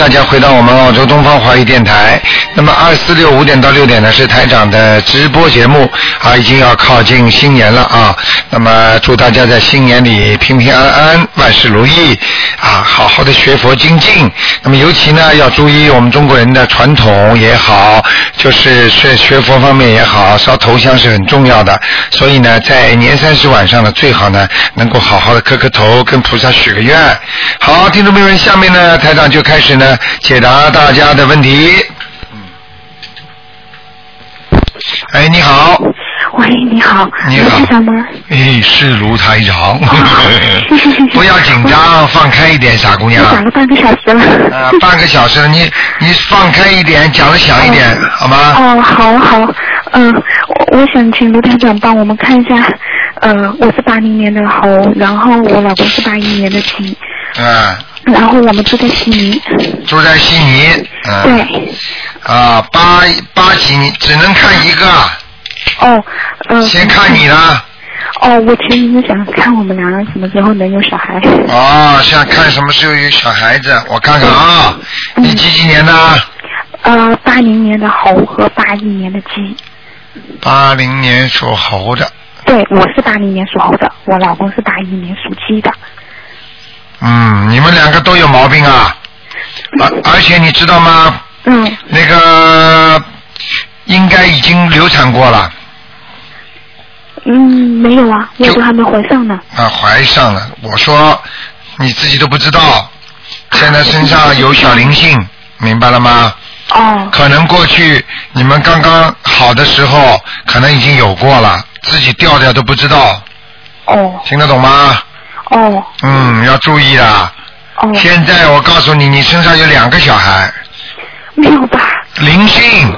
大家回到我们澳洲东方华语电台。那么二四六五点到六点呢是台长的直播节目啊，已经要靠近新年了啊。那么祝大家在新年里平平安安，万事如意啊，好好的学佛精进。那么尤其呢要注意我们中国人的传统也好，就是学学佛方面也好，烧头香是很重要的。所以呢，在年三十晚上呢，最好呢能够好好的磕磕头，跟菩萨许个愿。好，听众朋友们，下面呢台长就开始呢解答大家的问题。哎，你好，喂，你好，你卢好台长吗？ 哦哎，是卢台长，谢谢谢谢不要紧张，放开一点，傻姑我娘。讲了半个小时了。啊，半个小时了，你你放开一点，讲的响一点，好吗？ 哦，好好，嗯、我我想请卢台长帮我们看一下，呃，我是八零年的猴，然后我老公是八一年的鸡，啊，然后我们住在悉尼，住在悉尼，嗯，对，啊，八八几年只能看一个，哦，呃，先看你啦。哦，我其实是想看我们俩什么时候能有小孩，哦，想看什么时候有小孩子，我看看啊，嗯你几几年的？呃，八零年的猴和八一年的鸡，八零年属猴的，对，我是八零年属猴的，我老公是八一年属鸡的，嗯，你们两个都有毛病啊，而而且你知道吗？ 嗯，那个应该已经流产过了。嗯，没有啊，就我都还没怀上呢。啊，怀上了。我说你自己都不知道，现在身上有小灵性，明白了吗？哦可能过去你们刚刚好的时候，可能已经有过了，自己掉掉都不知道，哦听得懂吗？哦嗯，要注意啦。哦，现在我告诉你，你身上有两个小孩，没有吧？灵性，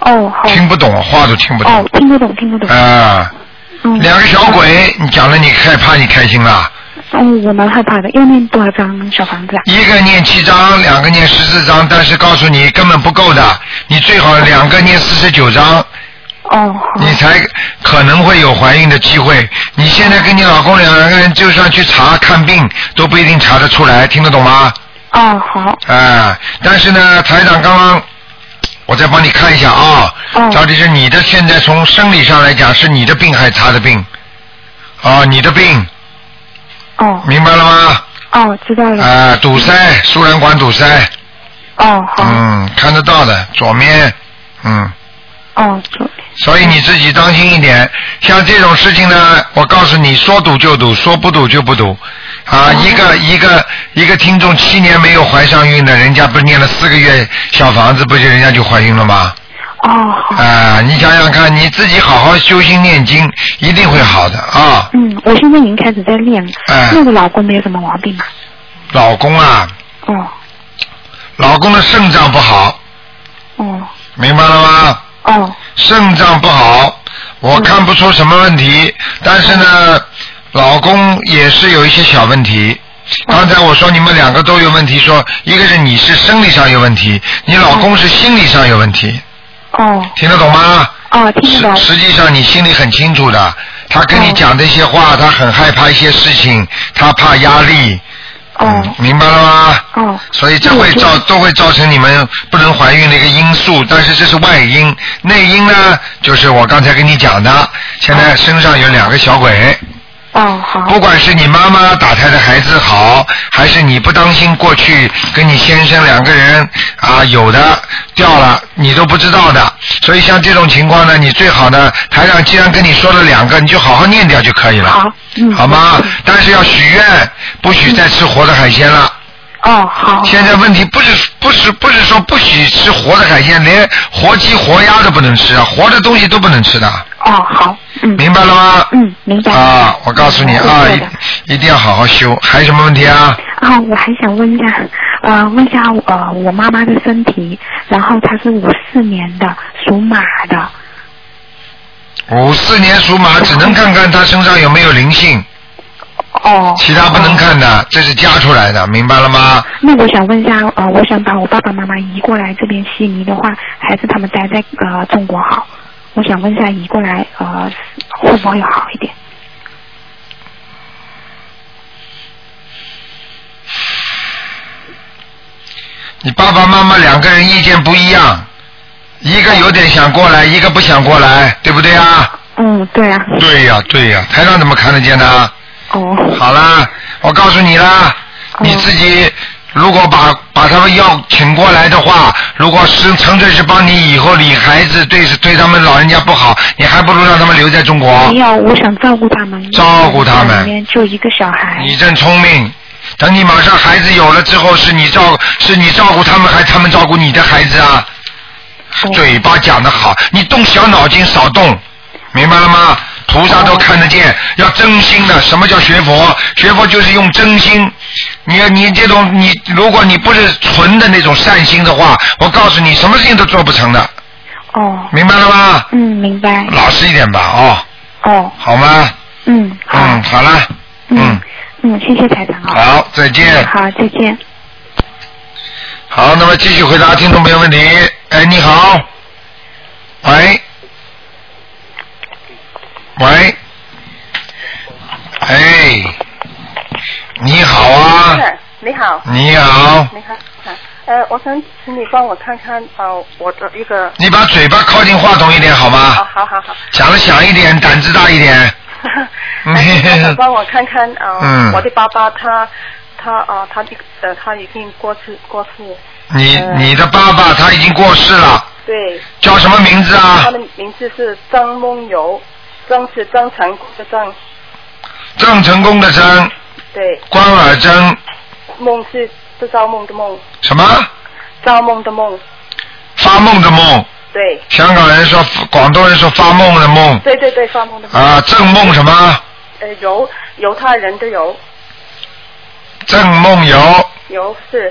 哦，好。听不懂，话都听不懂哦，听得懂，听得懂。啊、嗯。两个小。鬼，你讲了你害怕，你开心了。嗯，我蛮害怕的，要念多少张小房子啊？一个念七章，两个念十四章，但是告诉你根本不够的，你最好两个念四十九章，哦，好。你才可能会有怀孕的机会。你现在跟你老公两个人就算去查看病，都不一定查得出来，听得懂吗？哦，好。啊、但是呢，台长刚刚。我再帮你看一下啊，哦到底是你的现在从生理上来讲是你的病还是他的病？啊，你的病，哦明白了吗？哦，知道啊、了。堵塞，输卵管堵塞，哦，好。嗯，看得到的，左面，嗯，哦，知道了所以你自己当心一点。像这种事情呢，我告诉你，说赌就赌，说不赌就不赌。啊，一个一个一个听众七年没有怀上孕的，人家不是念了四个月小房子，不就人家就怀孕了吗？哦，好。啊，你想想看，你自己好好修心念经，一定会好的啊。嗯，我现在已经开始在练了。哎那个老公没有什么毛病啊？老公啊，哦老公的肾脏不好，哦明白了吗？哦肾脏不好，我看不出什么问题，但是呢，老公也是有一些小问题。刚才我说你们两个都有问题，说一个是你是生理上有问题，你老公是心理上有问题，哦听得懂吗？哦，听得实懂。实际上你心里很清楚的，他跟你哦讲这些话，他很害怕一些事情，他怕压力，嗯哦，明白了吗？哦所以这会造都会造成你们不能怀孕的一个因素，但是这是外因，内因呢就是我刚才跟你讲的，现在身上有两个小鬼，哦好。不管是你妈妈打胎的孩子好，还是你不当心过去跟你先生两个人啊有的掉了，你都不知道的，所以像这种情况呢，你最好呢，台长既然跟你说了两个，你就好好念掉就可以了，好，嗯，好吗嗯？但是要许愿，不许再吃活的海鲜了。哦，好，现在问题不是不是不是说不许吃活的海鲜，连活鸡活鸭都不能吃啊，活的东西都不能吃的，哦，好，嗯，明白了吗？嗯，明白。啊，我告诉你啊，对的一一定要好好修。还有什么问题啊？啊，我还想问一下，呃，问一下呃，我妈妈的身体，然后她是五四年的，属马的。五四年属马，只能看看他身上有没有灵性，哦。其他不能看的，这是加出来的，明白了吗？那我想问一下，呃，我想把我爸爸妈妈移过来这边悉尼的话，还是他们待在呃中国好？我想问一下，移过来呃会不会好一嗯点？你爸爸妈妈两个人意见不一样，一个有点想过来，一个不想过来，对不对啊？嗯，对啊。对呀、对呀、台上怎么看得见呢？哦，好啦，我告诉你啦，你自己如果把把他们要请过来的话，如果是纯粹是帮你以后理孩子，对对他们老人家不好，你还不如让他们留在中国没。有，我想照顾他们。照顾他们家里面就一个小孩。你真聪明，等你马上孩子有了之后，是你照是你照顾他们，还他们照顾你的孩子啊？哦嘴巴讲得好，你动小脑筋少动，明白了吗？菩萨都看得哦见，要真心的。什么叫学佛？学佛就是用真心。你你这种你，如果你不是纯的那种善心的话，我告诉你，什么事情都做不成的，哦，明白了吗？嗯，明白。老实一点吧，哦，哦，好吗？嗯，好，嗯，好了，嗯嗯，嗯，谢谢台长啊。好，再见。好，再见。好，那么继续回答听众朋友问题。哎，你好，喂，喂，哎，你好啊，是，你好，你好，你好，呃，我想请你帮我看看呃我的一个，你把嘴巴靠近话筒一点好哦，吗？好好 好，讲的响一点，胆子大一点。呃、帮我看看呃、嗯我的爸爸他他呃他的呃他已经过世过世，你嗯你的爸爸他已经过世了，对，叫什么名字啊他？的名字是张梦柔，张是张长坤的张，郑成功的郑，对，关尔珍，梦是是造梦的梦，什么？造梦的梦，发梦的梦。对，香港人说，广东人说发梦的梦对对对，发梦的梦，啊，正梦什么？呃柔犹太人的柔，正梦游，柔是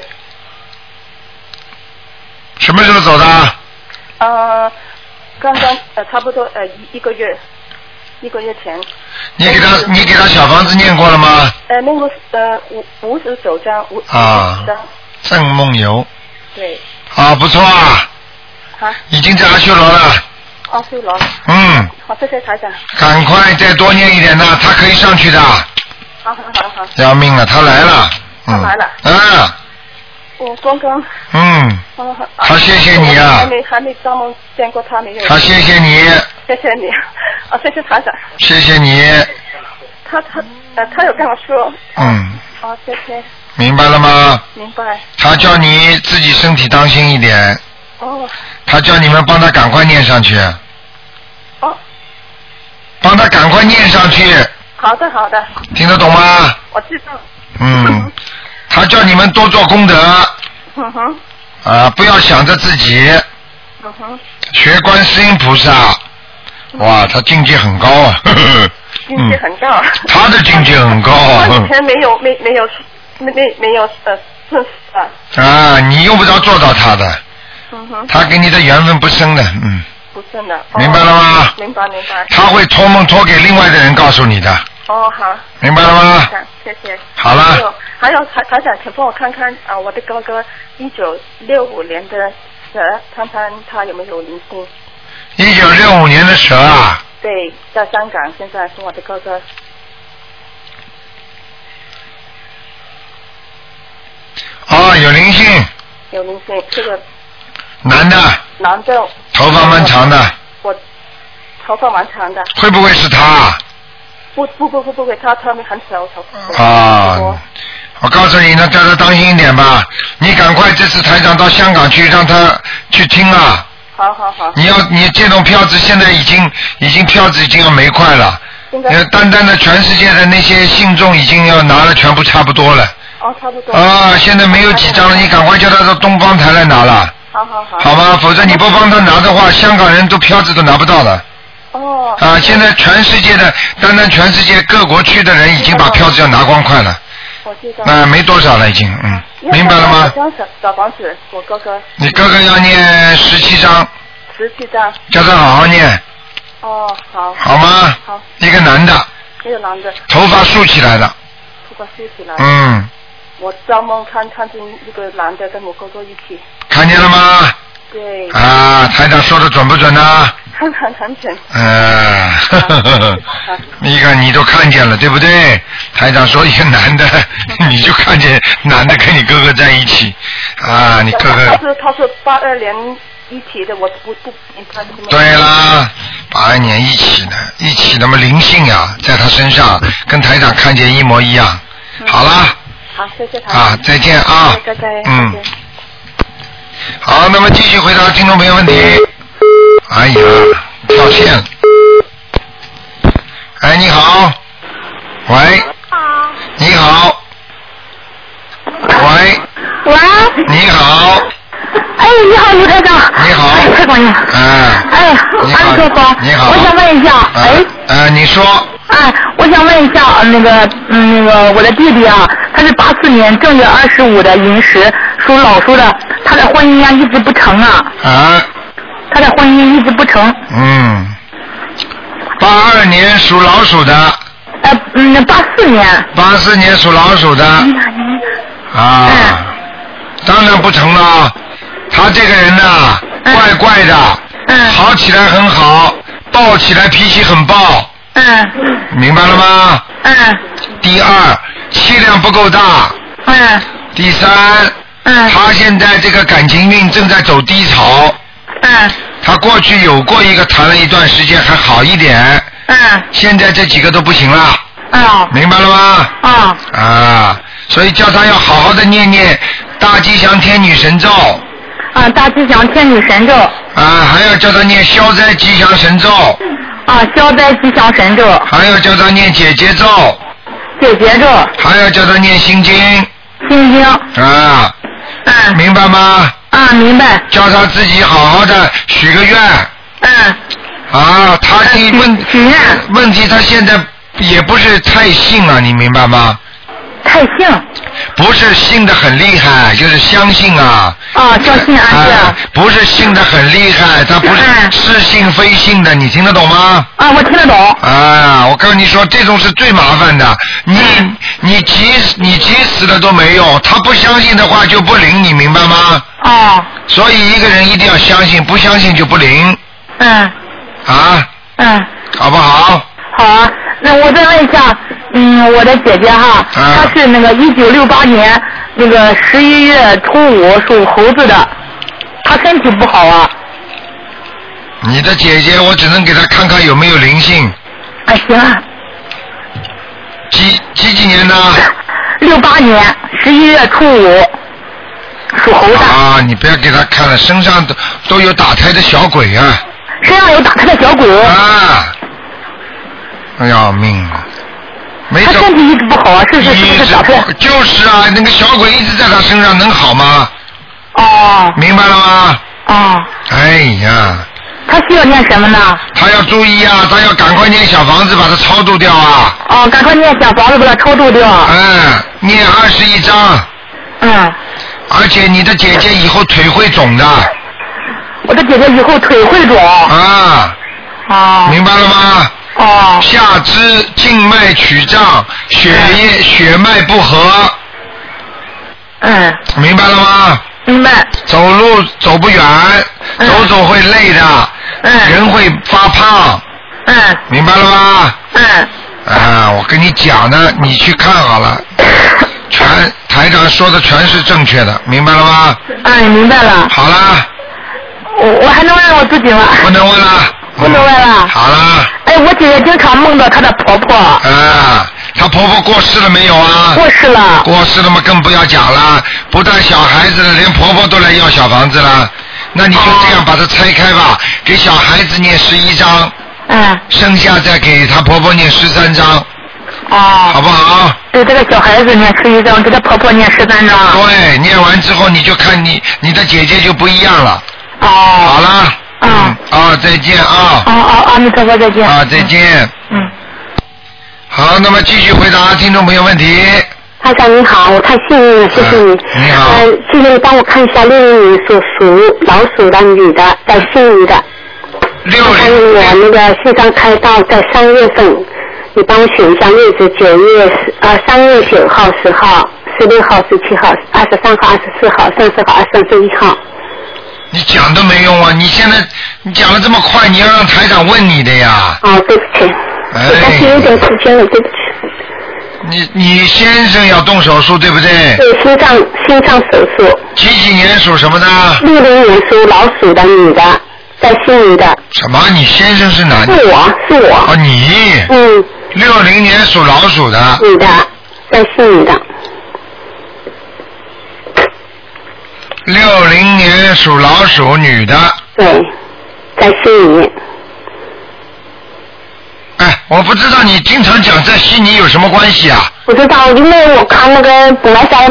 什么时候走的？呃，刚刚呃，差不多呃一一个月，一个月前，你给他，你给他小房子念过了吗？呃，那个呃五五十九张，五啊59张，正梦游对，啊，不错啊，啊，已经在阿修罗了。奥修罗，嗯，好，谢谢台长，赶快再多念一点呐，他可以上去的。好好好好，要命了，他来了。嗯。他来了啊，我刚刚，嗯，刚刚好谢谢你啊还没还没专门见过他没有？好，谢谢你，谢谢你，啊，谢谢台长，谢谢你，他他呃他有跟我说，嗯，哦，谢谢，明白了吗？明白，他叫你自己身体当心一点，哦他叫你们帮他赶快念上去。哦，帮他赶快念上去，好的好的，听得懂吗？我知道， 嗯，他叫你们多做功德啊、嗯哼，不要想着自己，嗯哼，学观世音菩萨，哇，他境界很高啊， 呵呵经嗯济很高。他的境界很 高啊我以前没有没没有没没没有呃认识的，啊，你用不着做到他的，嗯哼，他跟你的缘分不深的，嗯，不是的。哦明白了吗明白明白。他会托梦托给另外的人告诉你的，哦好，明白了吗？谢谢。好了还有还有台台长，请帮我看看啊、我的哥哥一九六五年的蛇，看看他有没有灵性。一九六五年的蛇啊，对，在香港，现在是我的哥哥。哦，有灵性，有灵性，这个男的，男的，头发蛮长的，我头发蛮长的，会不会是他啊？不不不不不会，他他们很少头发。啊，我告诉你呢，叫他当心一点吧。你赶快这次台长到香港去，让他去听啊。好好好，你要你这种票子现在已经已经票子已经要没块了，现在呃，单单的全世界的那些信众已经要拿了全部差不多了。哦，差不多。啊，现在没有几张了，你赶快叫他到东方台来拿了，好好好。好吗？否则你不帮他拿的话，香港人都票子都拿不到了。哦，啊，现在全世界的，单单全世界各国去的人已经把票子要拿光快了，我知道。啊，没多少了已经，嗯，明白了吗？张小小房子，我哥哥你哥哥要念十七章，十七张。叫他好好念，哦，好，好吗？好，一个男的，这个男的头发竖起来了，头发梳起来。嗯，我做梦看看见一个男的跟我哥哥一起。看见了吗？对。啊，台长说的准不准呢、看看长城。 啊，你看你都看见了，对不对？台长说一个男的， 你就看见男的跟你哥哥在一起，啊，你哥他哥，是他是八二年一起的，我不不不他不对啦，八二年一起的，一起的嘛灵性呀、在他身上跟台长看见一模一样。好啦，好，谢谢他。啊，再见啊拜拜，嗯，好，那么继续回答听众朋友问题。哎呀，掉线了。哎，你好，喂，好，你好，喂，喂，你好，哎，你好，卢台长。你好哎，太管用。嗯，哎，你阿弥陀好佛，。你好，我想问一下，哎呃，，呃，你说，哎，我想问一下，呃那个，嗯，那个我的弟弟啊，他是八四年正月二十五的寅时，属老鼠的，他的婚姻啊一直不成啊，啊，他的婚姻一直不成。嗯，八二年属老鼠的，呃，嗯，八四年。八四年属老鼠的，哎呀，你嗯啊，当然不成了。他这个人呐、嗯怪怪的，嗯好起来很好，暴起来脾气很暴，嗯明白了吗？嗯第二，气量不够大。嗯第三，嗯他现在这个感情运正在走低潮。嗯他过去有过一个谈了一段时间还好一点，嗯，现在这几个都不行了，啊明白了吗？啊啊，所以叫他要好好的念念大吉祥天女神咒。啊！大吉祥天女神咒。啊，还要叫他念消灾吉祥神咒，啊，消灾吉祥神咒、还要叫他念姐姐咒，解结咒、还要叫他念心经心经，啊，嗯，明白吗？啊，明白，叫他自己好好的许个愿嗯，啊。他这一 问许愿问题，他现在也不是太信了，你明白吗？太性，不是信的很厉害，就是相信啊。啊，交心安置，啊，不是信的很厉害，他不是嗯是信非信的，你听得懂吗？啊，我听得懂，啊，我跟你说，这种是最麻烦的。你你急死你急死了都没用，他不相信的话就不灵，你明白吗？哦，所以一个人一定要相信，不相信就不灵嗯，啊，嗯，好不好？好啊，那我再问一下，嗯，我的姐姐哈，嗯她是那个一九六八年那个十一月初五属猴子的，她身体不好啊，你的姐姐，我只能给她看看有没有灵性。啊，行啊，几几几年的？六八年十一月初五属猴的。啊，你不要给她看了，身上都都有打胎的小鬼啊身上有打开的小鬼，啊！哎要命了，没他走。身体一直不好啊，是是是一不是直打开？不就是啊，那个小鬼一直在他身上，能好吗？哦明白了吗？哦，哎呀，他需要念什么呢？他要注意啊，他要赶快念小房子把它超度掉啊！哦，赶快念小房子把它超度掉。嗯，念二十一章，嗯，而且你的姐姐以后腿会肿的我的姐姐以后腿会肿。啊，哦明白了吗？哦下肢静脉曲张，血液血脉不和，嗯，明白了吗？明白。走路走不远，嗯走走会累的，嗯人会发胖，嗯明白了吗？嗯啊，我跟你讲呢，你去看好了，全台长说的全是正确的，明白了吗？嗯，明白了。好啦，我我还能问我自己吗？不能问啦，不能问了嗯好啦，哎，我姐姐经常梦到她的婆婆啊，她婆婆过世了没有啊？过世了。过世了嘛，更不要讲了，不但小孩子了，连婆婆都来要小房子了。那你就这哦样把它拆开吧，给小孩子念十一章，嗯剩下再给她婆婆念十三章，好哦，不好？对这个小孩子念十一张，给她婆婆念十三张。对，念完之后你就看你你的姐姐就不一样了。哦。好好。啦，嗯啊、再见啊哦，哦，阿弥陀佛，再见。啊，再见。嗯。好，那么继续回答听众朋友问题。台长你好，我太幸运了，谢谢你。嗯你好呃，谢谢你帮我看一下六一年所属老鼠的女的，在悉尼哦的，六看零我那个心脏开刀在三月份，你帮我选一下日子，九月十呃三月九号、十号、十六号、十七号、二十三号、二十四号、三十号、二十三、十一号。你讲都没用啊！你现在你讲的这么快，你要让台长问你的呀。哦，对不起，哎我但是有点时间了，对不起。你你先生要动手术对不对？对，心脏心脏手术，几几年属什么的？六零年属老鼠的女的，在悉尼的，什么？你先生是男的？是我是哦，我，你嗯，六零年属老鼠的，女的，在悉尼的，六零年属老鼠女的。对，在悉尼，哎，我不知道你经常讲在悉尼有什么关系啊？我知道，因为我看那个本来在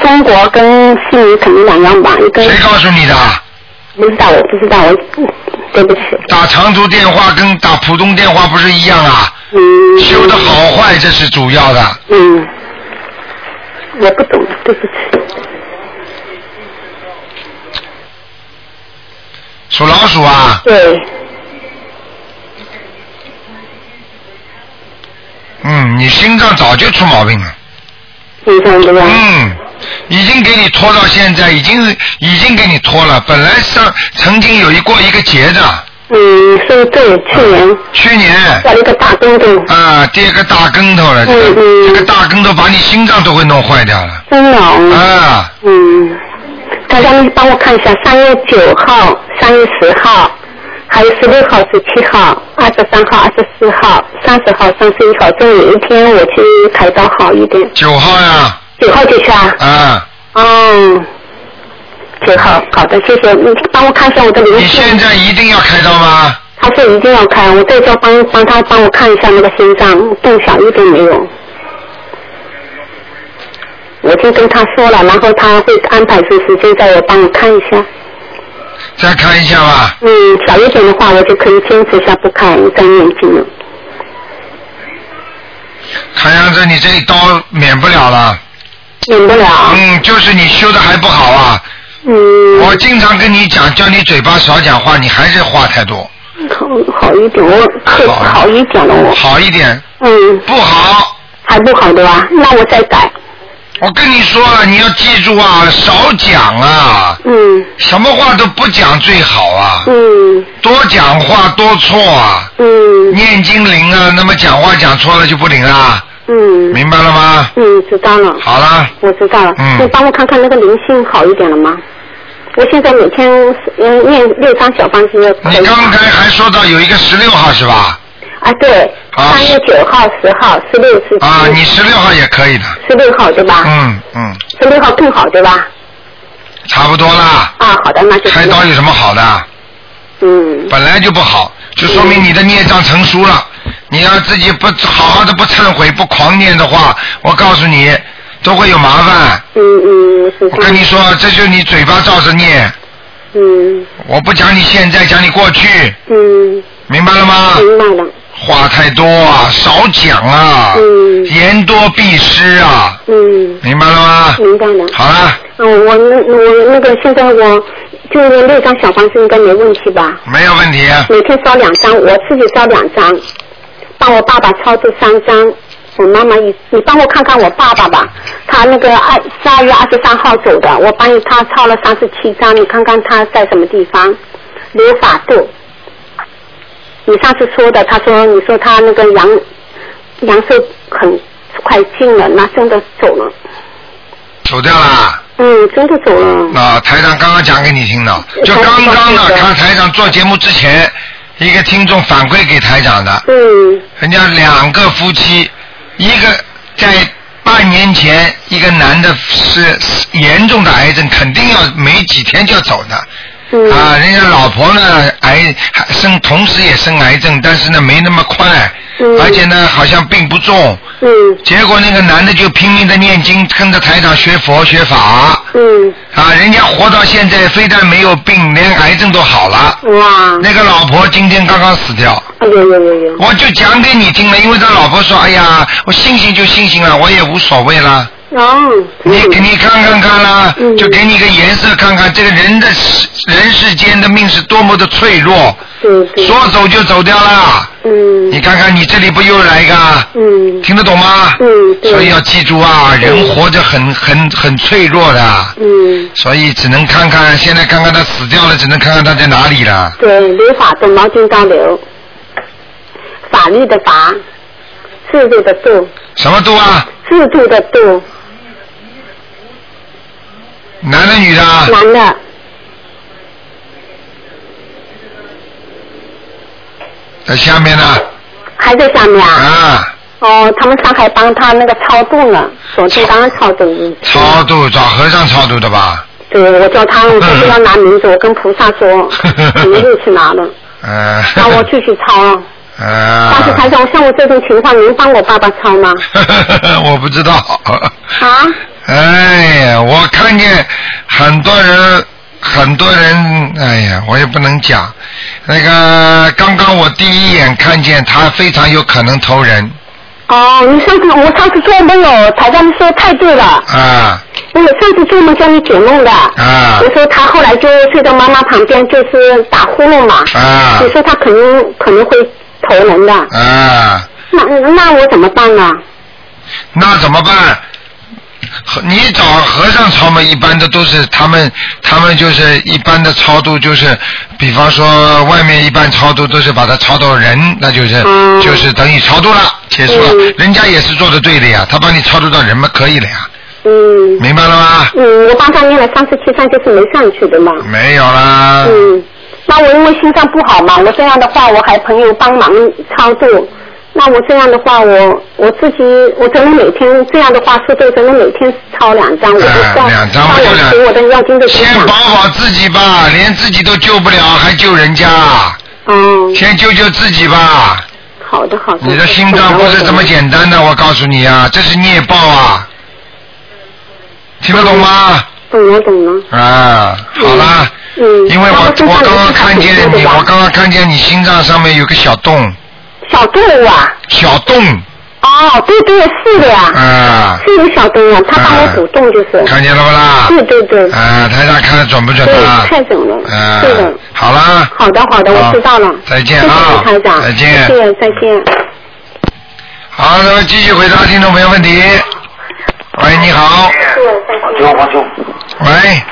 中国跟悉尼肯定两样吧，一个谁告诉你的？不知道，我不知道，我对不起，打长途电话跟打普通电话不是一样啊？嗯，修的好坏这是主要的。嗯，我不懂，对不起，属老鼠啊，对，嗯，你心脏早就出毛病了，心脏的呀，嗯，已经给你拖到现在，已经已经给你拖了。本来上曾经有一过一个节的，嗯，是对，去年去年在那个大公洞，啊跌个大跟头了，这个、嗯嗯这个大跟头把你心脏都会弄坏掉了真的哦。啊。嗯，大家你帮我看一下，三月九号、三月十号，还有十六号、十七号、二十三号、二十四号、三十号、三十一号，这有一天我去开刀好一点。九号呀、九号就去啊？啊，哦，九号，好的，谢谢。你帮我看一下我的灵你现性，在一定要开刀吗？他说一定要开，我这周帮帮他帮我看一下那个心脏动小一点没有。我就跟他说了，然后他会安排出时间再来帮我看一下。再看一下吧，嗯，小一点的话，我就可以坚持一下不看再念经了。看样子你这一刀免不了了。免不了。嗯，就是你修的还不好啊。啊嗯，我经常跟你讲，叫你嘴巴少讲话，你还是话太多。好好一点，我可好好一点了我。好一点，嗯，不好，还不好的吧？那我再改。我跟你说了，你要记住啊，少讲啊，嗯什么话都不讲最好啊，嗯多讲话多错啊。嗯念经灵啊，那么讲话讲错了就不灵啊，嗯明白了吗？嗯，知道了，好了，我知道了。嗯你帮我看看那个灵性好一点了吗？我现在每天嗯念六张小方子可你以吗刚才还说到有一个十六号是吧？啊对，啊三月九号、十号、十六、十七、啊，你十六号也可以的，十六号对吧？嗯嗯，十六号更好对吧？差不多啦。啊，好的，那就开是刀有什么好的？嗯。本来就不好，就说明你的孽障成熟了。你要自己不好好的不忏悔、不狂念的话，我告诉你，都会有麻烦。嗯嗯，是我这跟样你。说，这就是你嘴巴照着念。嗯我不讲你现在，讲你过去，嗯，明白了吗？明白了。话太多啊，少讲啊，嗯言多必失啊，嗯，明白了吗？明白了。好了，嗯，我那我那个现在我就那六张小方子应该没问题吧？没有问题。每天烧两张，我自己烧两张，帮我爸爸操作三张，我妈妈一，你帮我看看我爸爸吧，他那个二十二月二十三号走的，我帮他抄了三十七张，你看看他在什么地方，留法度。你上次说的，他说你说他那个阳阳寿很快尽了，那真的走了，走掉了。嗯，真的走了，那台长刚刚讲给你听的，就刚刚呢，看台长做节目之前，一个听众反馈给台长的，嗯人家两个夫妻，一个在半年前，一个男的是严重的癌症，肯定要没几天就要走的。嗯，啊，人家老婆呢癌还生，同时也生癌症，但是呢没那么快，嗯而且呢好像并不重。嗯结果那个男的就拼命的念经，跟着台长学佛学法，嗯，啊，人家活到现在非但没有病，连癌症都好了。哇，那个老婆今天刚刚死掉，哎呦呦呦呦，我就讲给你听了，因为他老婆说，哎呀，我信信就信信了，我也无所谓啦。哦，你给你看看看啦，嗯就给你个颜色看看，这个人的人世间的命是多么的脆弱，对对，说走就走掉啦。嗯你看看你这里不又来一个啊？嗯听得懂吗？嗯对所以要记住啊，人活着很很很脆弱的，嗯，所以只能看看现在看看他死掉了，只能看看他在哪里了。对，留法的毛巾高流，法律的法，制度的度，什么度啊？制度的度，男的女的啊？男的，在下面呢还在下面啊？啊，哦，他们上海帮他那个超度呢，昨天刚刚超度一次。超度找和尚超度的吧？对，我叫他，我嗯说不要拿名字，我跟菩萨 说，你们又去拿了，呃，让我继续抄。 呃，但是台长，像我这种情况，您帮我爸爸抄吗？ 我不知道。啊？哎呀，我看见很多人，很多人，哎呀，我也不能讲。那个，刚刚我第一眼看见他，非常有可能投人哦，你上次我上次做梦哦，台长说太对了，啊我哎上次做梦叫你解梦的。啊我说他后来就睡在妈妈旁边，就是打呼噜嘛。啊你说他肯定肯定会投人的，啊！那那我怎么办啊呢？那怎么办？和你找和尚超嘛，一般的都是他们，他们就是一般的超度，就是比方说外面一般超度都是把他超到人，那就是、嗯就是等于超度了，结束了，嗯人家也是做的对的呀，他帮你超度到人嘛，可以了呀，嗯明白了吗？嗯，我帮他念了三十七章，就是没上去的嘛。没有啦，嗯，那我因为心脏不好嘛，我这样的话，我还朋友帮忙超度。那我这样的话，我我自己，我真的每天这样的话，速度真的每天超两张，我就哎算两张帮不就我两给我的药金的先保好自己吧，连自己都救不了，还救人家，嗯，先救救自己吧。好的好的。你的心脏不是这么简单的，我告诉你啊，这是孽报啊！听得懂吗？懂了懂了。啊，好啦，嗯。因为我那身我上刚有刚一个看见小你，洞我吧刚刚看见你心脏上面有个小洞，小洞啊，小洞哦，对对是的呀、啊，是有小洞啊，他帮我补洞就是。嗯看见了不啦？对对对，啊，台长看的准不准对啊？太准了，啊对的。，好啦，好的，好的，好我知道了。再见谢谢啊你台长，再见谢谢，再见。好，那么继续回答听众朋友问题。喂，你好，喂，喂，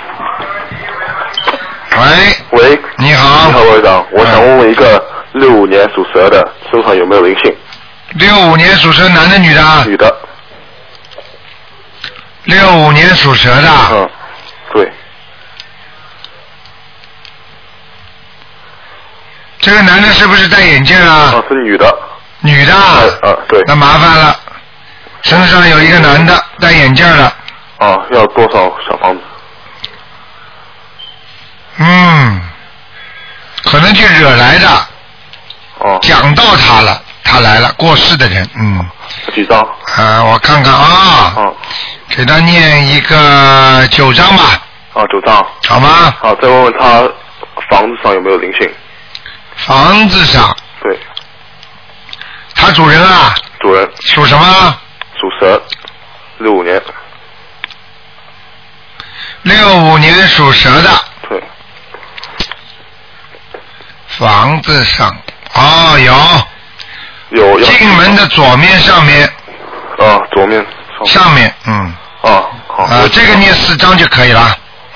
喂，你你好，好，罗长，我想问问一个六五年属蛇的身上有没有灵性？六五年属蛇，男的女的啊？女的，六五年属蛇的，嗯，对，这个男的是不是戴眼镜啊啊？是女的，女的啊啊对那麻烦了，身上有一个男的戴眼镜的，啊，要多少小房子？嗯，可能去惹来的，哦、讲到他了，他来了，过世的人，嗯，几张？啊，我看看啊，啊给他念一个九章吧，啊，九张。好吗？啊，再问问他房子上有没有灵性？房子上，对，他主人啊，主人属什么？属蛇，六五年，六五年属蛇的，对，房子上，哦，有。有要进门的左面上面，啊，左面上上面，嗯，啊，好，啊我，这个念四张就可以了。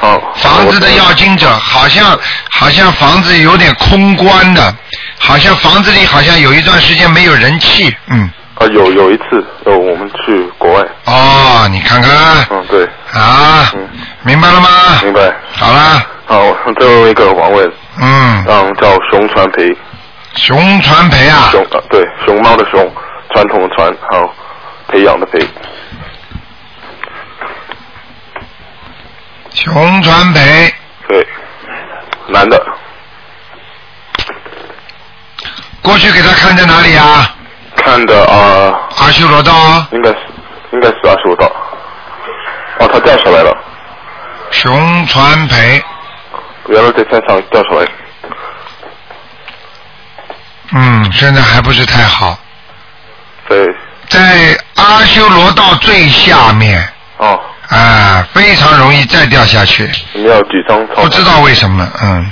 啊，房子的要经者，好像好像房子有点空关的，好像房子里好像有一段时间没有人气，嗯，啊，有有一次，呃，我们去国外，哦，你看看嗯，对，啊嗯，明白了吗？明白。好啦，啊，我再问一个王位，嗯，嗯，叫熊传培，熊传培啊，熊啊，对，熊猫的熊，传统的传，还有培养的培，熊传培，对，男的，过去给他看在哪里啊？看的啊、阿修罗道哦，应该是应该是二十五道，哦，他掉下来了，熊传培，原来在山上掉下来，嗯，现在还不是太好。对，在阿修罗道最下面哦，啊，非常容易再掉下去，你们要几张？不知道为什么，嗯，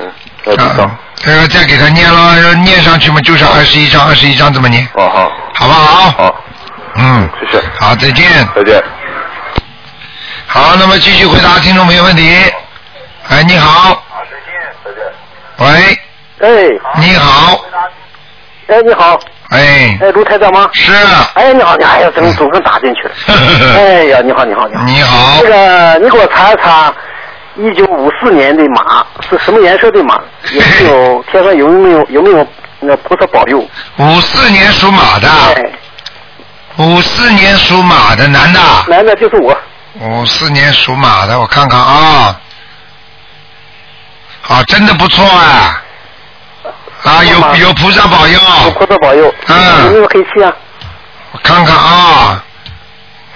嗯，要几张？啊这个再给他念了，念上去嘛，就剩二十一张，二十一张这么念，哦好，好不好？好，嗯，谢谢，好，再见。再见。好，那么继续回答听众朋友问题。哎，你好，好，再见，再见。喂，哎，你好，哎，你好，哎，哎，卢台长吗？是，哎，你好，你好哎呀，嗯怎么总算打进 去了？哎呀，你好，你好，你好。你好那，个，你给我查一查，一九五四年的马是什么颜色的马？有没有天上有没有有没有那个菩萨保佑？五四年属马的，哎，五四年属马的男的，男的就是我。五四年属马的，我看看啊，啊，真的不错啊，啊，有有菩萨保佑，有菩萨保佑。嗯有没有黑气啊？我看看啊，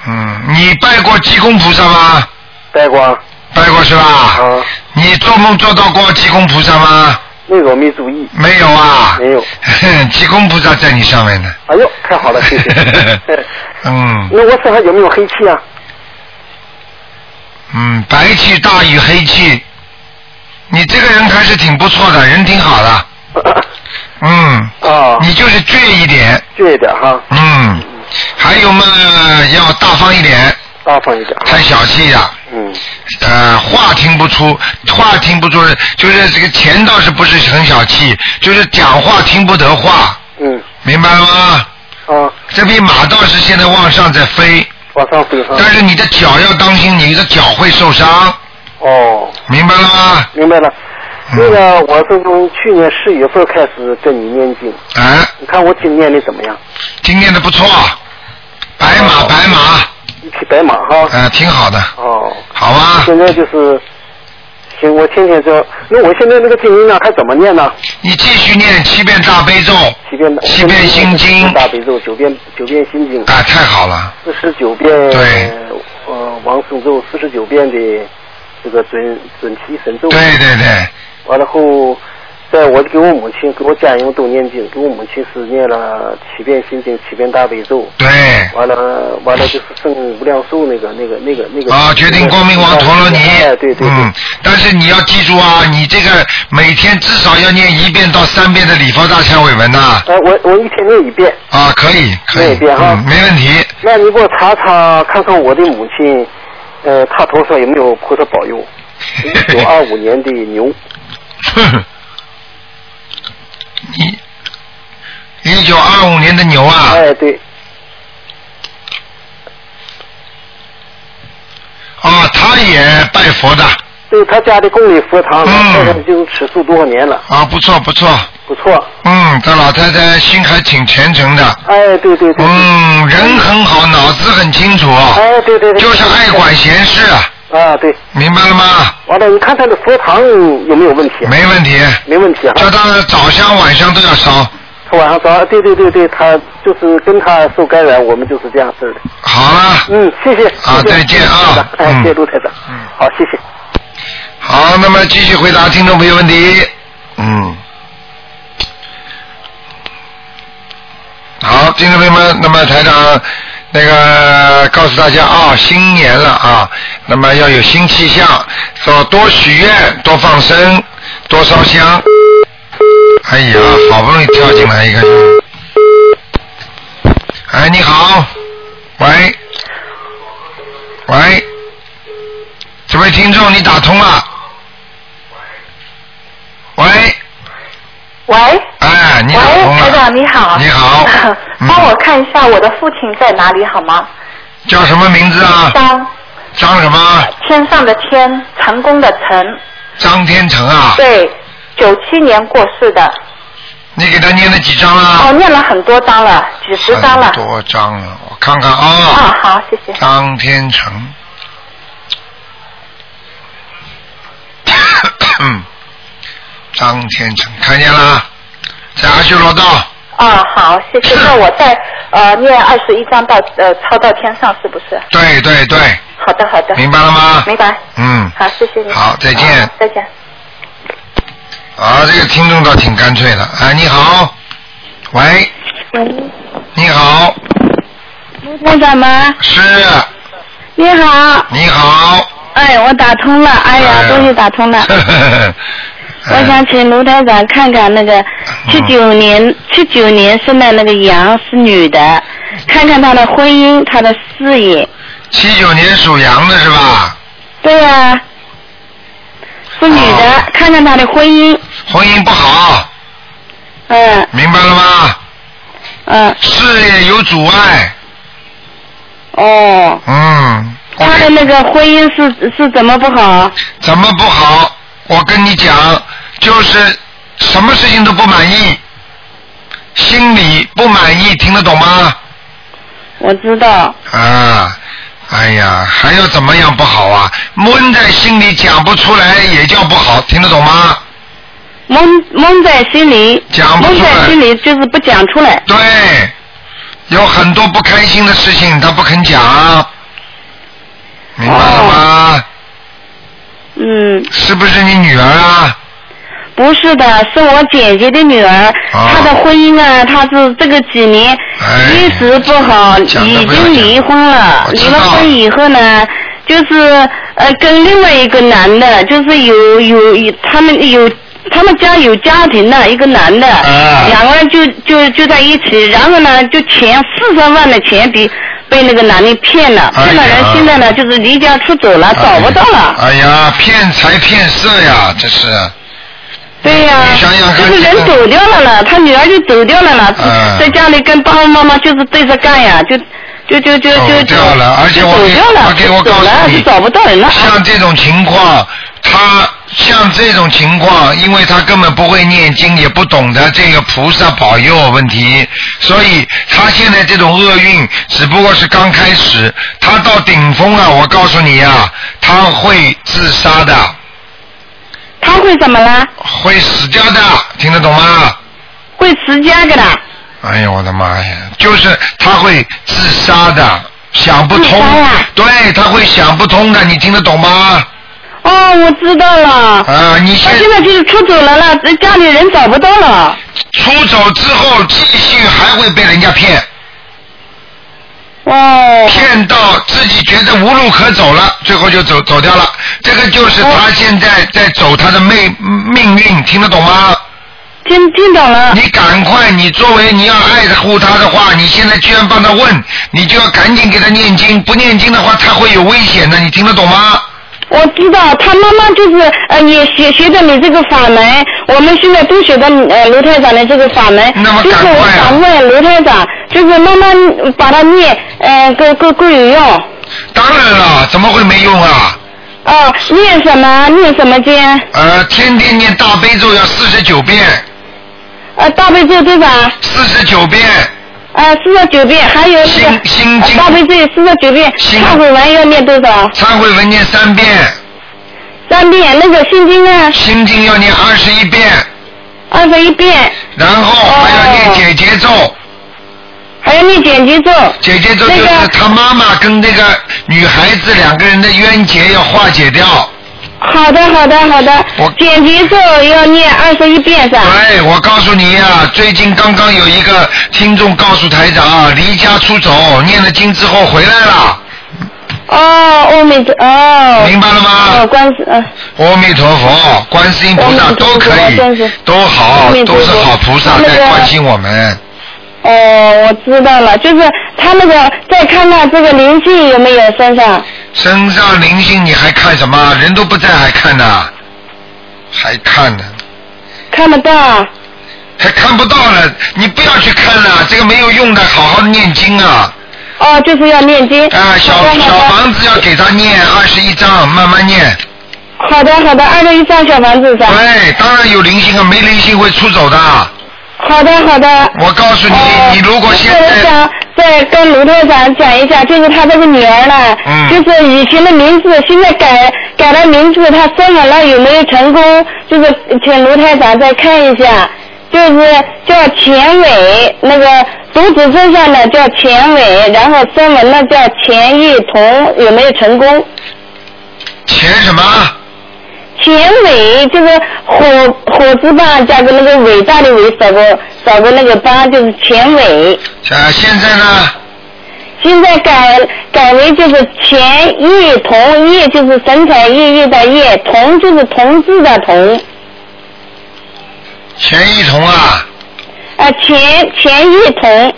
嗯，你拜过济公菩萨吗？带过啊。拜过是吧？啊，你做梦做到过济公菩萨吗？那个我没注意。没有啊，没有。 济公菩萨在你上面呢。哎呦，太好了，谢谢。哎嗯那我身上有没有黑气啊？ 嗯，白气大于黑气，你这个人还是挺不错的，人挺好的。嗯，啊，你就是倔一点，倔一点哈，嗯，还有嘛要大方一点，大方一点哈。太小气呀、嗯，呃，话听不出，话听不出，就是这个钱倒是不是很小气，就是讲话听不得话，嗯，明白了吗？啊，这匹马倒是现在往上在飞，往上飞哈。但是你的脚要当心，你的脚会受伤，哦，明白了吗？明白了。嗯那个，我是从去年十月份开始跟你念经，啊，你看我今年的怎么样？今天的不错，白马白马，一匹白马哈。呃，挺好的，哦，好吧？现在就是，行，我天天这，那我现在那个经呢，还怎么念呢？你继续念七遍大悲咒，啊、七遍，七遍心经我现在念的是大悲咒，九遍九遍心经，太好了，四十九遍，对呃，王圣咒四十九遍的这个准准提神咒。对对对，完了后，在我给我母亲给我家人都念经，给我母亲是念了七遍心经，七遍大悲咒。对，完了，完了就是圣无量寿那个那个那个那个。啊，决定光明王陀罗尼。哎，嗯对对对。嗯，但是你要记住啊，你这个每天至少要念一遍到三遍的礼佛大忏悔文呐、哎，我我一天念一遍，啊。可以，可念以一，遍哈嗯，没问题。那你给我查查看看我的母亲，呃，她头上有没有菩萨保佑？一九二五年的牛，你 一九二五年的牛啊，哎，对，啊，他也拜佛的对她家的供里佛堂，嗯太太就吃素多少年了，啊，不错不错，不错。嗯，这老太太心还挺虔诚的，哎，对对对。嗯，人很好，脑子很清楚，哎，对对对。就是爱管闲事，啊，对，明白了吗？完了，你看他的佛堂有没有问题啊？没问题，没问题啊。叫他早香晚香都要烧。他晚上早上，对对对对，他就是跟他受感染，我们就是这样式的。好了，嗯，谢谢。好谢谢再见啊卢台长哎，嗯谢谢卢台长。嗯，好，谢谢。好，那么继续回答听众朋友问题。嗯。好，听众朋友们，那么台长那个告诉大家啊，新年了啊，那么要有新气象，说多许愿，多放生，多烧香。哎呀，好不容易跳进来一个。哎，你好，喂，喂，这位听众，你打通了？喂，喂，哎，你喂，打通台了长？你好，你好嗯帮我看一下我的父亲在哪里好吗？叫什么名字啊？张张什么？天上的天，成功的成，张天成啊？对，九七年过世的，你给他念了几张哦，了？念了很多章了，几十章了很，多张了，我看看啊，啊。好，谢谢，张天成。 嗯张天成，看见了，在阿修罗道。啊，好，谢 谢，那我再呃念二十一章到呃抄到天上是不是？对对对，好的，好的，明白了吗？明白，嗯，好，谢谢你，好再见啊再见，啊，这个听众倒挺干脆的。哎，你好，喂，喂，你好，卢台长吗？是，你好，你好。。哎哎，我打通了，哎呀，终于打通了我想请卢台长看看那个嗯七九年七九年生的那个羊是女的，嗯看看她的婚姻、她的事业。七九年属羊的是吧？对呀、嗯是女的，看看她的婚姻。哦婚姻不好。嗯明白了吗？嗯。事业有阻碍。哦。嗯，她的那个婚姻是是怎么不好？怎么不好？我跟你讲，就是什么事情都不满意，心里不满意，听得懂吗？我知道。啊，哎呀，还要怎么样不好啊？闷在心里讲不出来也叫不好，听得懂吗？蒙蒙在心里，讲不出蒙来在心里就是不讲出来。对，有很多不开心的事情他不肯讲，明白了哦吗？嗯。是不是你女儿啊？不是的，是我姐姐的女儿，她的婚姻啊，她是这个几年一直不好，已经离婚了。离了婚以后呢，就是呃跟另外一个男的，就是有有有他们有。他们家有家庭的一个男的，啊哎两个人就就就在一起，然后呢，就钱四十万的钱被被那个男的骗了，骗了人，现在呢就是离家出走了，找不到了。哎呀，骗财骗色呀，这是。对呀、就是人走掉了啦，他女儿就走掉了啦，嗯在家里跟爸爸妈妈就是对着干呀，就就就就就走掉了，而且我就走给掉了，我给我告就走诉了，你，就找不到人了。像这种情况，他像这种情况，因为他根本不会念经，也不懂得这个菩萨保佑问题，所以他现在这种厄运只不过是刚开始，他到顶峰啊，我告诉你啊，他会自杀的，他会怎么啦？会死掉的，听得懂吗？会持家的啦，哎呀，我的妈呀！就是他会自杀的，想不通，对他会想不通的，你听得懂吗？哦，我知道了。啊，你他现在就是出走了啦，家里人找不到了。出走之后继续还会被人家骗。哦。骗到自己觉得无路可走了，最后就走走掉了。这个就是哦他现在在走他的命命运，听得懂吗？听听懂了。你赶快，你作为你要爱护他的话，你现在居然帮他问，你就要赶紧给他念经。不念经的话，他会有危险的，你听得懂吗？我知道，他妈妈就是呃，也学学的你这个法门，我们现在都学的呃卢台长的这个法门。就是我想问卢台长，就是慢慢把它念，呃，够够够有用。当然了，怎么会没用啊？哦，念什么？念什么经？啊呃，天天念大悲咒要四十九遍。呃，大悲咒多少？四十九遍。呃，四十九遍，还有那个嗯呃大悲咒四十九遍，忏悔文要念多少？忏悔文念三遍。三遍，那个心经呢？心经要念二十一遍。二十一遍，然后哦还要念姐姐咒。还要念姐姐咒。姐姐咒就是他妈妈跟这个女孩子两个人的冤结要化解掉。好的，好的，好的。剪辑咒要念二十一遍是吧？对，我告诉你呀、最近刚刚有一个听众告诉台长啊，离家出走，念了经之后回来了。哦，阿弥陀哦。明白了吗？哦，观世嗯。阿弥陀佛，观世音菩萨都可以，都好阿，弥陀都佛是好菩萨那在个关心我们。哦，我知道了，就是他那个再看看这个灵性有没有身上。身上灵性你还看什么？人都不在还看呢？还看呢？看得到。还看不到了，你不要去看了，这个没有用的，好好念经啊。哦，就是要念经。啊，小小房子要给他念二十一章，慢慢念。好的，好的，二十一张小房子是吧？对，当然有灵性啊，没灵性会出走的。好的，好的。我告诉你，哦你如果现我在想再跟卢队长讲一下，就是他这个女儿呢，嗯就是以前的名字，现在改改了名字，她生完了有没有成功？就是请卢台长再看一下，就是叫钱伟，那个竹子身上的叫钱伟，然后声纹呢叫钱玉彤，有没有成功？钱什么？啊钱伟就是火火字旁加个那个伟大的伟，少个少个那个帮，就是钱伟。啊，现在呢？现在改改为就是钱叶同叶就是神采奕奕的叶，同就是同志的同。钱一彤啊，呃，钱钱一彤，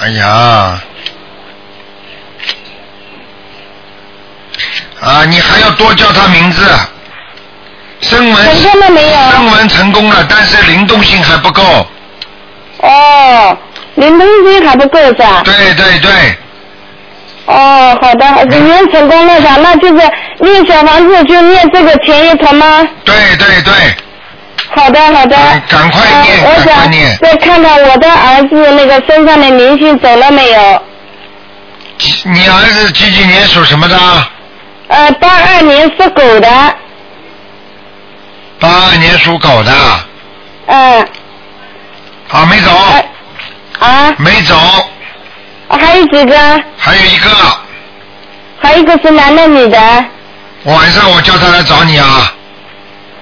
哎呀，啊，你还要多叫他名字。声纹成功了没有？声纹成功了，但是灵动性还不够。哦，灵动性还不够是吧？对对对，哦，好的，已经成功了的，那就是嗯念小房子就念这个钱一彤吗？对对对，好的好的，哎啊赶快念，我赶快想念。再看看我的儿子那个身上的灵性走了没有？几你儿子几几年属什么的？呃，八二年是狗的，八二年属狗的，嗯、呃啊，没走，哎啊，没走，还有几个？还有一个，还有一个是男的女的？晚上我叫他来找你啊。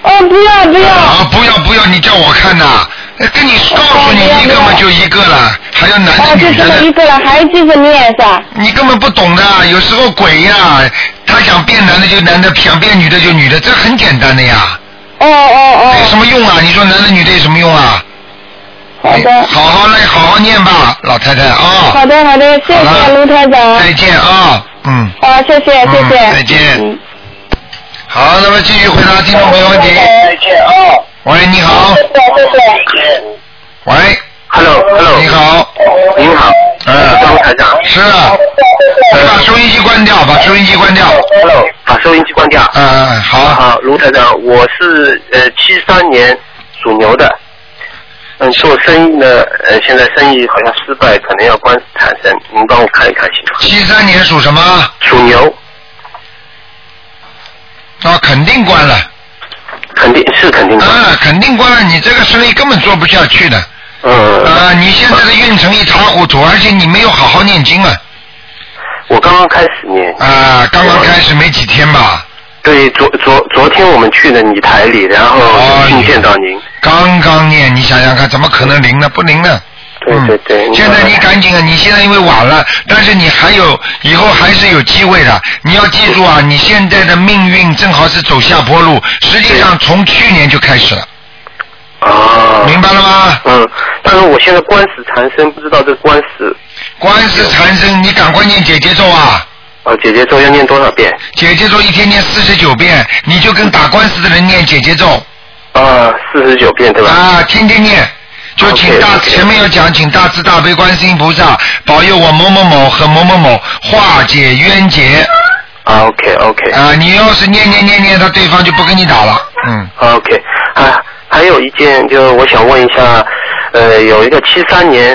哦，不要不要。啊，不要不要，你叫我看呐，哎跟你告诉你一个嘛，就一个了，还有男哦，的就女这的么一呢。个了，还继续念是吧？你根本不懂的，有时候鬼呀，他想变男的就男的，想变女的就女的，这很简单的呀。哦哦哦。有什么用啊？你说男的女的有什么用啊？好的。哎好好嘞，好好念吧，老太太啊。好的好的，谢谢卢台长。再见啊，嗯。好，谢谢谢嗯谢。再见。好，那么继续回答听众朋友问题。再见啊！哦喂，你好。谢谢谢谢。喂。 Hello，Hello。你好。您好。嗯。哎张台长。是啊。你把收音机关掉，把收音机关掉。 Hello，把收音机关掉。嗯嗯，好。好，啊卢台长，我是呃七三年属牛的，嗯，做生意呢，呃，现在生意好像失败，可能要官司缠身，您帮我看一看行吗？七三年属什么？属牛，啊，肯定关了。肯定是肯定关。啊，肯定关了，你这个生意根本做不下去的。嗯。啊，你现在的运程一塌糊涂，而且你没有好好念经啊。我刚刚开始念。啊，刚刚开始没几天吧？对，昨昨昨天我们去了你台里，然后哦听见到您。刚刚念，你想想看，怎么可能灵呢？不灵呢？对对对。嗯现在你赶紧啊！你现在因为晚了，但是你还有以后还是有机会的。你要记住嗯啊，你现在的命运正好是走下坡路，实际上从去年就开始了。啊。明白了吗？嗯，但是我现在官司缠身，不知道这官司。官司缠身，你赶快念姐姐咒啊！哦，姐姐咒要念多少遍？姐姐咒一天念四十九遍，你就跟打官司的人念姐姐咒啊，四十九遍对吧？啊，天天念。就请大前面有讲，请大慈大悲观世音菩萨保佑我某某某和某某某化解冤结啊，OK OK。啊！你要是念念念念，他对方就不跟你打了。嗯。 OK，啊，还有一件就是我想问一下，呃，有一个七三年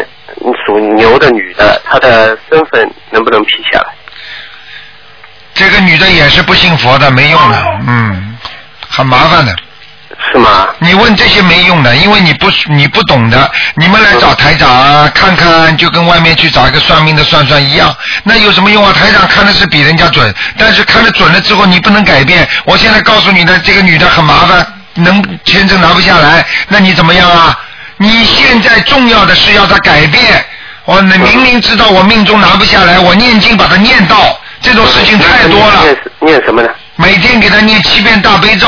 属牛的女的，她的身份能不能批下来？这个女的也是不信佛的，没用的，嗯，很麻烦的。是吗？你问这些没用的，因为你不你不懂的。你们来找台长啊看看，就跟外面去找一个算命的算算一样，那有什么用啊？台长看的是比人家准，但是看的准了之后你不能改变。我现在告诉你的，这个女的很麻烦，能签证拿不下来，那你怎么样啊？你现在重要的是要她改变。我明明知道我命中拿不下来，我念经把它念到，这种事情太多了。念念什么呢？每天给他念七遍大悲咒，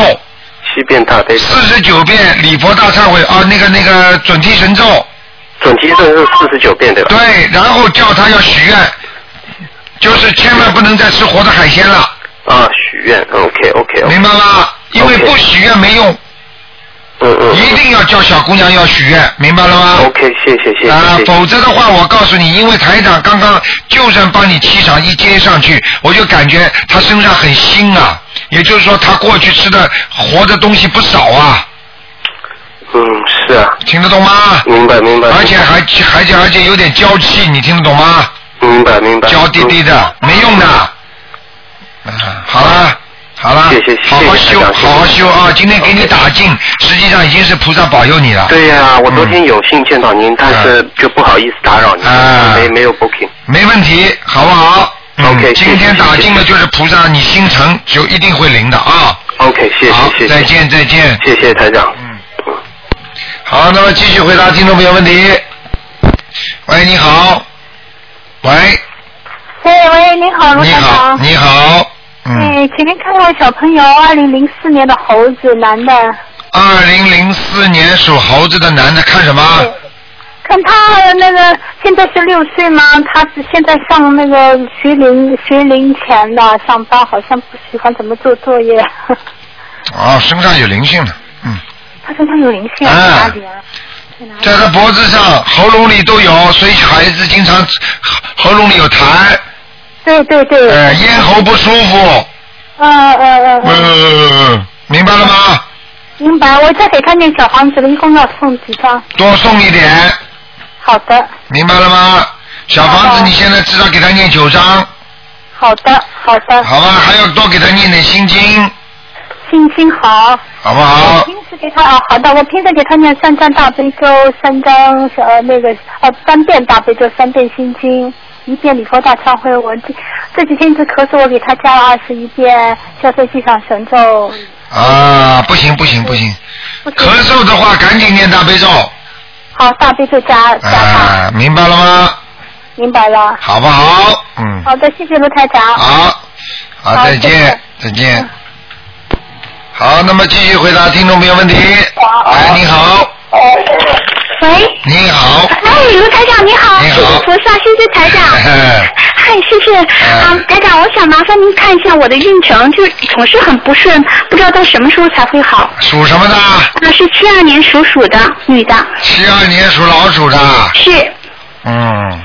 七遍大悲咒，四十九遍礼佛大忏悔啊，那个那个准提神咒，准提咒是四十九遍对吧？对，然后叫他要许愿，就是千万不能再吃活的海鲜了，啊，许愿，OK OK OK。明白吗？因为不许愿没用，嗯嗯。一定要叫小姑娘要许愿，明白了吗？ OK，谢谢谢谢。嗯啊谢谢，否则的话，我告诉你，因为台长刚刚就算帮你气场一接上去，我就感觉他身上很腥啊，也就是说他过去吃的活的东西不少啊，嗯，是啊。听得懂吗？明白明白。而且还而且而且有点娇气，你听得懂吗？明白明白。娇滴滴的，嗯没用的。啊，好了，好了，谢谢谢谢好好修，台长谢谢嗯好好修啊！今天给你打进，实际上已经是菩萨保佑你了。对呀、我嗯昨天有幸见到您，但是就不好意思打扰您，啊没没有 booking。没问题，好不好？OK，今天打进了就是菩萨，你心诚就一定会灵的啊！ OK，谢好谢谢谢。再见再见。谢谢台长。好，那么继续回答听众朋友问题。喂，你好。喂，喂哎喂，你好，卢你台好，嗯长。嗯你好。哎，请您看看小朋友，二零零四年的猴子，男的，二零零四年属猴子的男的，看什么？看他那个现在是六岁吗？他是现在上那个学龄学龄前的上班，好像不喜欢怎么做作业。 哦，身上有灵性了，嗯，他身上有灵性在哪里啊？在他脖子上、喉咙里都有，所以孩子经常喉咙里有痰。对对对。呃，咽喉不舒服。嗯嗯嗯嗯嗯嗯，明白了吗？明白，我再给他念小房子了，一共要送几张？多送一点，好的，明白了吗？小房子，你现在至少给他念九章，好的，好的。好吧？还要多给他念点心经，心情好。好不我好？平时给他啊，好的，我平时给他念三张大悲咒，三张小呃那个呃三遍大悲咒，三遍心经，一遍礼佛大忏悔文。这这几天一直咳嗽，我给他加了二十一遍消灾吉祥神咒。啊，不行不行不行，咳嗽的话赶紧念大悲咒，好，大悲咒加加上，啊，明白了吗？明白了。好不好？嗯，好的，谢谢卢台长。好，好，好再谢见谢，再见。好，那么继续回答听众朋友问题。哎，你好，喂，你好，哎，卢台长你好，谢谢菩萨，谢谢台长，哎嗨，谢谢啊，台长，我想麻烦您看一下我的运程，就是总是很不顺，不知道到什么时候才会好。属什么的？啊，是七二年属鼠的女的，七二年属老鼠的。是嗯，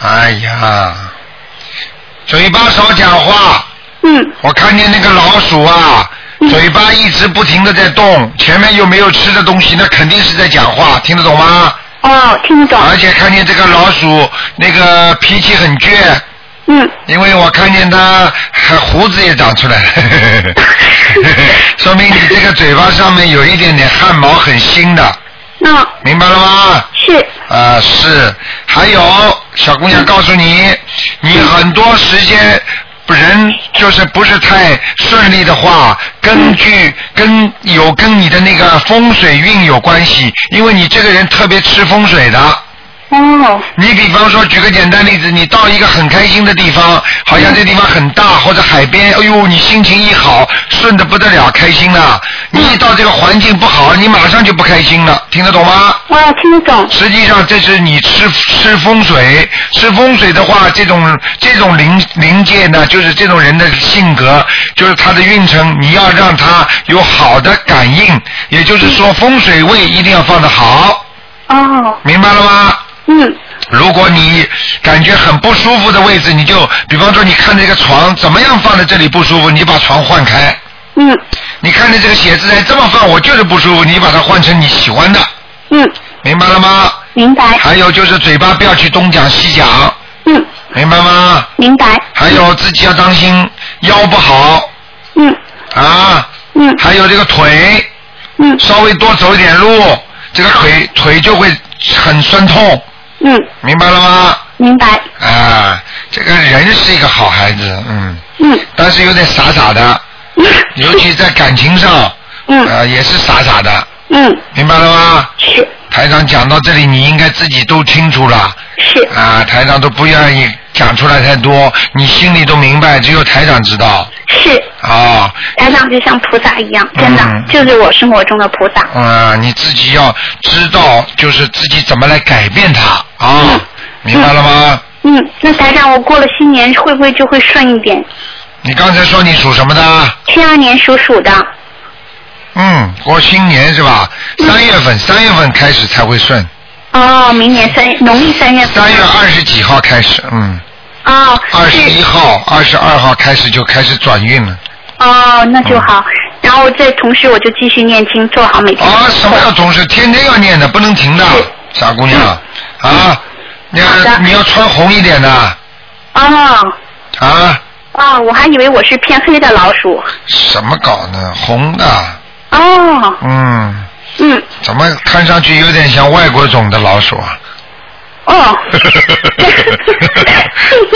哎呀，嘴巴少讲话。嗯。我看见那个老鼠啊，嘴巴一直不停的在动，前面又没有吃的东西，那肯定是在讲话，听得懂吗？哦，听得懂。而且看见这个老鼠那个脾气很倔。嗯。因为我看见它还胡子也长出来了，说明你这个嘴巴上面有一点点汗毛很新的。那明白了吗？是。啊、是。还有，小姑娘告诉你，你很多时间人就是不是太顺利的话，根据跟有跟你的那个风水运有关系，因为你这个人特别吃风水的。哦。你比方说，举个简单例子，你到一个很开心的地方，好像这地方很大，或者海边，哎呦，你心情一好，顺的不得了，开心了。你一到这个环境不好，你马上就不开心了，听得懂吗？我听得懂。实际上，这是你吃吃风水，吃风水的话，这种这种灵灵界呢，就是这种人的性格，就是他的运程，你要让他有好的感应，也就是说，风水位一定要放得好。哦。明白了吗？嗯。如果你感觉很不舒服的位置，你就比方说你看这个床怎么样放在这里不舒服，你就把床换开。嗯。你看着这个写字台这么放，我就是不舒服，你把它换成你喜欢的。嗯。明白了吗？明白。还有就是嘴巴不要去东讲西讲。嗯。明白吗？明白。还有自己要当心腰不好。嗯。啊。嗯。还有这个腿。嗯。稍微多走一点路，这个腿腿就会很酸痛。嗯。明白了吗？明白。啊，这个人是一个好孩子，嗯。嗯。但是有点傻傻 的，尤其在感情上，嗯。呃，也是傻傻的。嗯。明白了吗？是。台长讲到这里，你应该自己都清楚了。是。啊，台长都不愿意讲出来太多，你心里都明白，只有台长知道。是，啊、台长就像菩萨一样，真的、嗯就是我生活中的菩萨。啊，你自己要知道，就是自己怎么来改变它啊，明白了吗？嗯，那台长，我过了新年会不会就会顺一点？你刚才说你属什么的？七二年属鼠的，嗯，过新年是吧？嗯三月份，三月份开始才会顺，哦，明年三农历三月份。三月二十几号开始，嗯，哦，二十一号、二十二号开始就开始转运了。哦，那嗯就好。然后这同时我就继续念经，做好每天。啊，什么叫同事？天天要念的，不能停的，傻姑娘啊！你要你要穿红一点的哦啊！哦，我还以为我是偏黑的老鼠。什么搞呢？红的，哦，嗯，嗯，怎么看上去有点像外国种的老鼠啊？ 哦，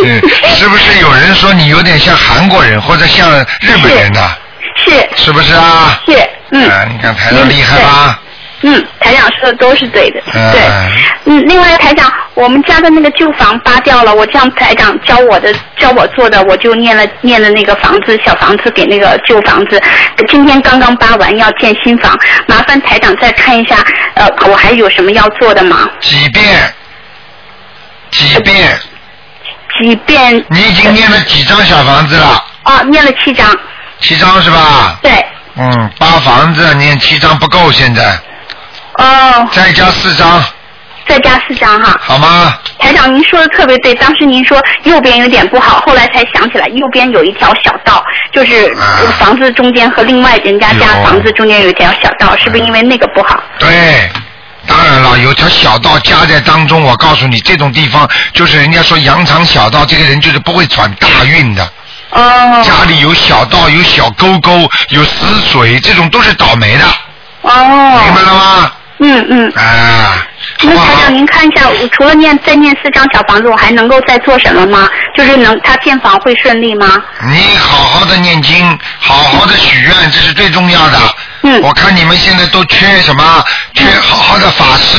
嗯，是不是有人说你有点像韩国人或者像日本人呐？是是不是啊？是，嗯，啊啊，你看台上厉害吧？嗯，台长说的都是对的，哎对。嗯，另外台长，我们家的那个旧房扒掉了，我让台长教我的，教我做的，我就念了念了那个房子小房子给那个旧房子，今天刚刚扒完要建新房，麻烦台长再看一下，呃，我还有什么要做的吗？几遍？几遍？几遍？你已经念了几张小房子了？哦，念了七张。七张是吧？对。嗯，八房子念七张不够，现在哦。再加四张，再加四张哈。好吗？台长，您说的特别对。当时您说右边有点不好，后来才想起来右边有一条小道，就是啊房子中间和另外人家家房子中间有一条小道，是不是因为那个不好？对。当然了，有条小道夹在当中，我告诉你，这种地方就是人家说羊肠小道，这个人就是不会转大运的。哦。家里有小道，有小沟沟，有死水，这种都是倒霉的。哦。明白了吗？嗯嗯。啊。那台长，您看一下，我除了念再念四张小房子，我还能够再做什么吗？就是能他建房会顺利吗？你好好的念经，好好的许愿，这是最重要的。嗯。我看你们现在都缺什么？缺好好的法师。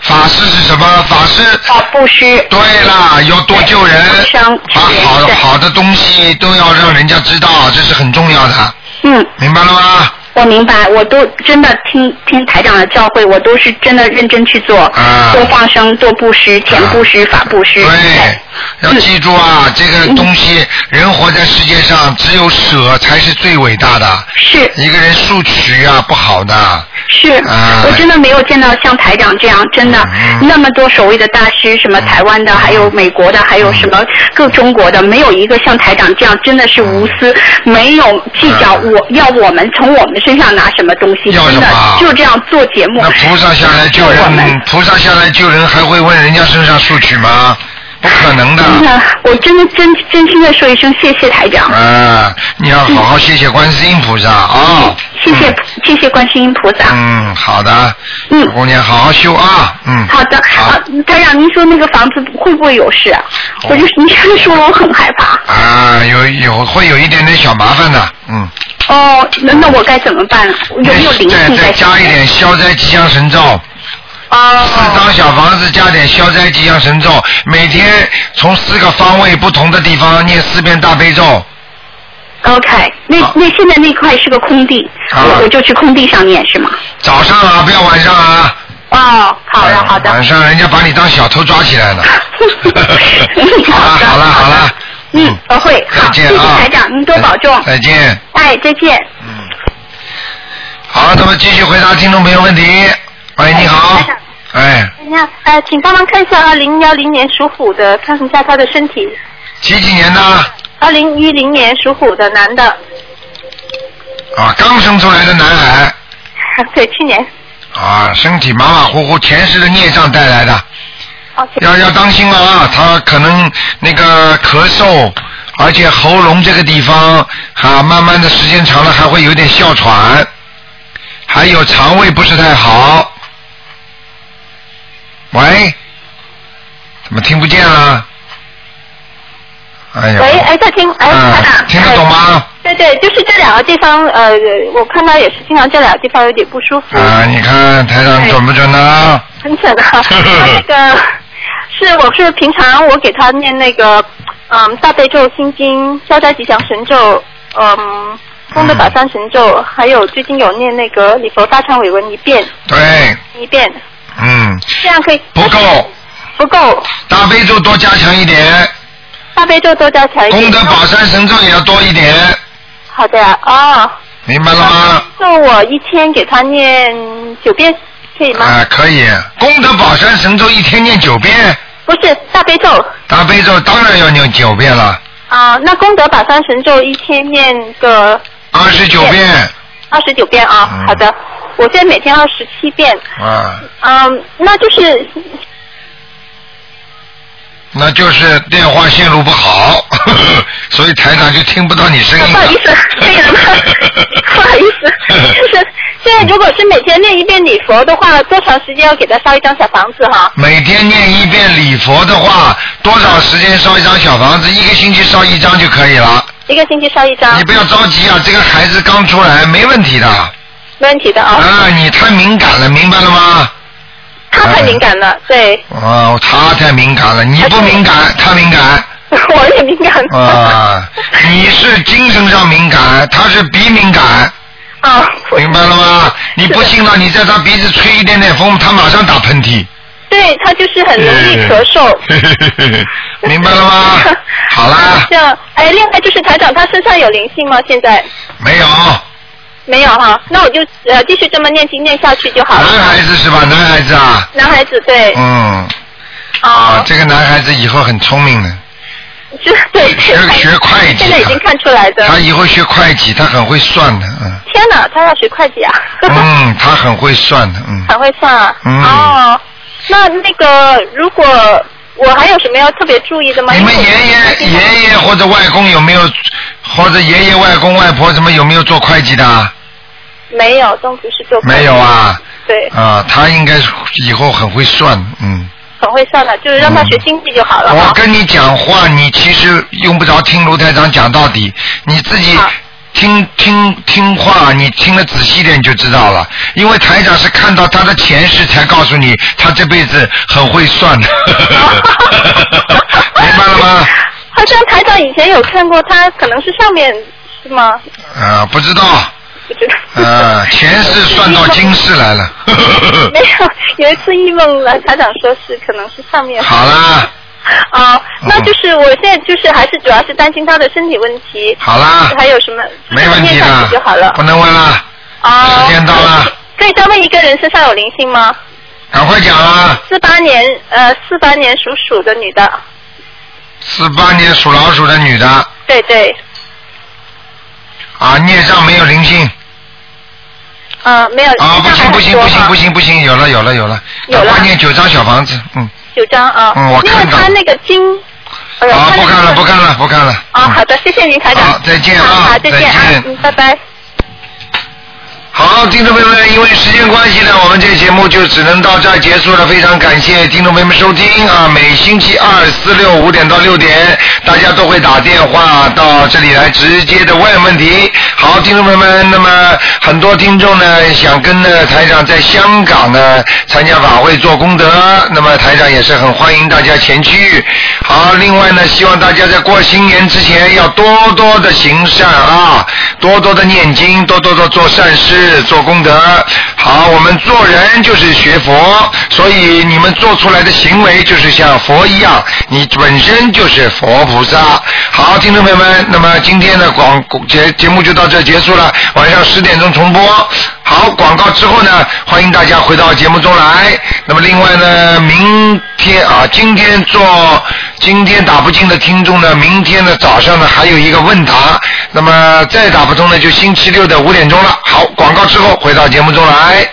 法师是什么？法师。啊，布施。对啦，要多救人。把好的好的东西都要让人家知道，这是很重要的。嗯。明白了吗？我明白，我都真的听听台长的教诲，我都是真的认真去做，啊做放生、做布施、田布施、法布施。对，要记住嗯啊，这个东西，人活在世界上，只有舍才是最伟大的。是。一个人索取啊，不好的。是，啊我真的没有见到像台长这样，真的、嗯那么多所谓的大师，什么台湾的，还有美国的，还嗯有什么各中国的，没有一个像台长这样，真的是无私，嗯没有计较我要我们从我们身上拿什么东西，要什真的么就这样做节目。那菩萨下来救人，菩萨下来救人还会问人家身上索取吗？不可能的。真的，我真的真真心的说一声谢谢台长，啊，你要好好谢谢观世音菩萨啊、谢谢、谢谢观世音菩萨。嗯，好的。嗯。姑娘，好好修啊。嗯。好的，啊，台长，您说那个房子会不会有事啊？哦我就您这么说，我很害怕。啊，有有会有一点点小麻烦的，嗯。哦，那那我该怎么办？有没有灵再性再在？加一点消灾吉祥神咒。哦。四张小房子加点消灾吉祥神咒，每天从四个方位不同的地方念四遍大悲咒。 OK，那那现在那块是个空地，我我就去空地上念是吗？早上啊，不要晚上啊。哦，好的好的。哎晚上人家把你当小偷抓起来 了。好了好了好了，嗯，我会。好，谢见谢啊台长，您多保重。再见。哎，再见。好，那么继续回答听众朋友问题。喂，你好。哎，你好，呃，请帮忙看一下二零幺零年属虎的，看一下他的身体。哎几几年的？二零一零年属虎的男的， 啊，刚生出来的男孩对，去年。啊，身体马马虎虎，前世的孽障带来的。哦，要要当心了啊！他可能那个咳嗽，而且喉咙这个地方啊，慢慢的时间长了还会有点哮喘，还有肠胃不是太好。喂，怎么听不见了？哎呀，啊喂，哎，在听，哎，台长，听得懂吗？对对，就是这两个地方，呃，我看他也是经常这两个地方有点不舒服，啊，你看台长准不准呢、很准 啊。那个是我是平常我给他念那个，嗯，大悲咒、心经、消灾吉祥神咒，嗯，功德宝山神咒，还有最近有念那个礼佛大忏悔文一遍对，一遍，嗯，这样可以不够，不够，大悲咒多加强一点，大悲咒多加强一功点。德宝山神咒也要多一点，好的呀、哦，明白了吗？就我一天给他念九遍，可以吗？啊，可以。功德宝山神咒一天念九遍，不是大悲咒大悲咒当然要念九遍了，啊、那功德宝山神咒一天念个二十九遍二十九遍啊、好的，我现在每天二十七遍，啊，嗯，那就是那就是电话线路不好， 呵呵所以台长就听不到你声音不好意了。思，可以了吗？不好意思，就是现在如果是每天念一遍礼佛的话，多长时间要给他烧一张小房子哈？每天念一遍礼佛的话，多少时间烧一张小房子？一个星期烧一张就可以了。一个星期烧一张。啊你不要着急啊，这个孩子刚出来，没问题的。没问题的啊。啊，你太敏感了，明白了吗？啊他太敏感了，对，哦，他太敏感了，你不敏感，他敏感。哦 我也敏感。 啊，你是精神上敏感，他是鼻敏感。啊。明白了吗？你不信了，你在他鼻子吹一点点风，他马上打喷嚏。对他就是很嗯容易咳嗽。明白了 吗？好啦，这样，哎，另外就是台长，他身上有灵性吗？现在没有。没有哈，那我就呃继续这么念经念下去就好了。男孩子是吧？男孩子啊。男孩子对。哦嗯。啊，这个男孩子以后很聪明的，就 对对。学学会计现在已经看出来的。他以后学会计，他很会算的， 嗯。天哪，他要学会 计啊！嗯，他很会算的，嗯。很会算啊。嗯哦，那那个如果我还有什么要特别注意的吗？你们爷爷爷爷或者外公有没有，或者爷爷外公外婆什么有没有做会计的啊？没有，都不是做会计没有啊。对，啊，他应该以后很会算，嗯。很会算的，就是让他学经济就好了哈。我跟你讲话，你其实用不着听卢台长讲到底，你自己听听听话，你听得仔细点就知道了。因为台长是看到他的前世才告诉你，他这辈子很会算 的，明白了吗？好像台长以前有看过他，可能是上面是吗？啊，不知道。 啊，前世算到今世来了。没有，有一次一梦来台长说是可能是上面。好嗯啦。哦，那就是我现在就是还是主要是担心他的身体问题。好啦还有什么？没问题念下的去就好了，。不能问了，哦。时间到了，可以再问一个人身上有灵性吗？赶快讲啊！四八年，呃，四八年属鼠的女的，四八年属老鼠的女的对对，啊，孽障没有灵性呃，没有。啊，不行不行不行不行。行不行，有了有了有了，有了赶快念九张小房子，嗯，九张啊。嗯我因看为到他那个经。哎呦啊，他那不个看了不看了不看了，嗯啊，好的，谢谢您，台长。好再见啊好，再见再见啊，嗯，拜拜。好，听众朋友们，因为时间关系呢，我们这节目就只能到这儿结束了。非常感谢听众朋友们收听啊！每星期二、四、六五点到六点，大家都会打电话到这里来直接的问问题。好，听众朋友们，那么很多听众呢想跟呢台长在香港呢参加法会做功德，那么台长也是很欢迎大家前去。好，另外呢，希望大家在过新年之前要多多的行善啊，多多的念经，多多的做善事，做功德。好，我们做人就是学佛，所以你们做出来的行为就是像佛一样，你本身就是佛菩萨。好，听众朋友们，那么今天的广节节目就到这结束了，晚上十点钟重播。好，广告之后呢，欢迎大家回到节目中来。那么另外呢，明天啊，今天做今天打不进的听众呢，明天的早上呢还有一个问答，那么再打不通呢，就星期六的五点钟了。好，广告之后回到节目中来。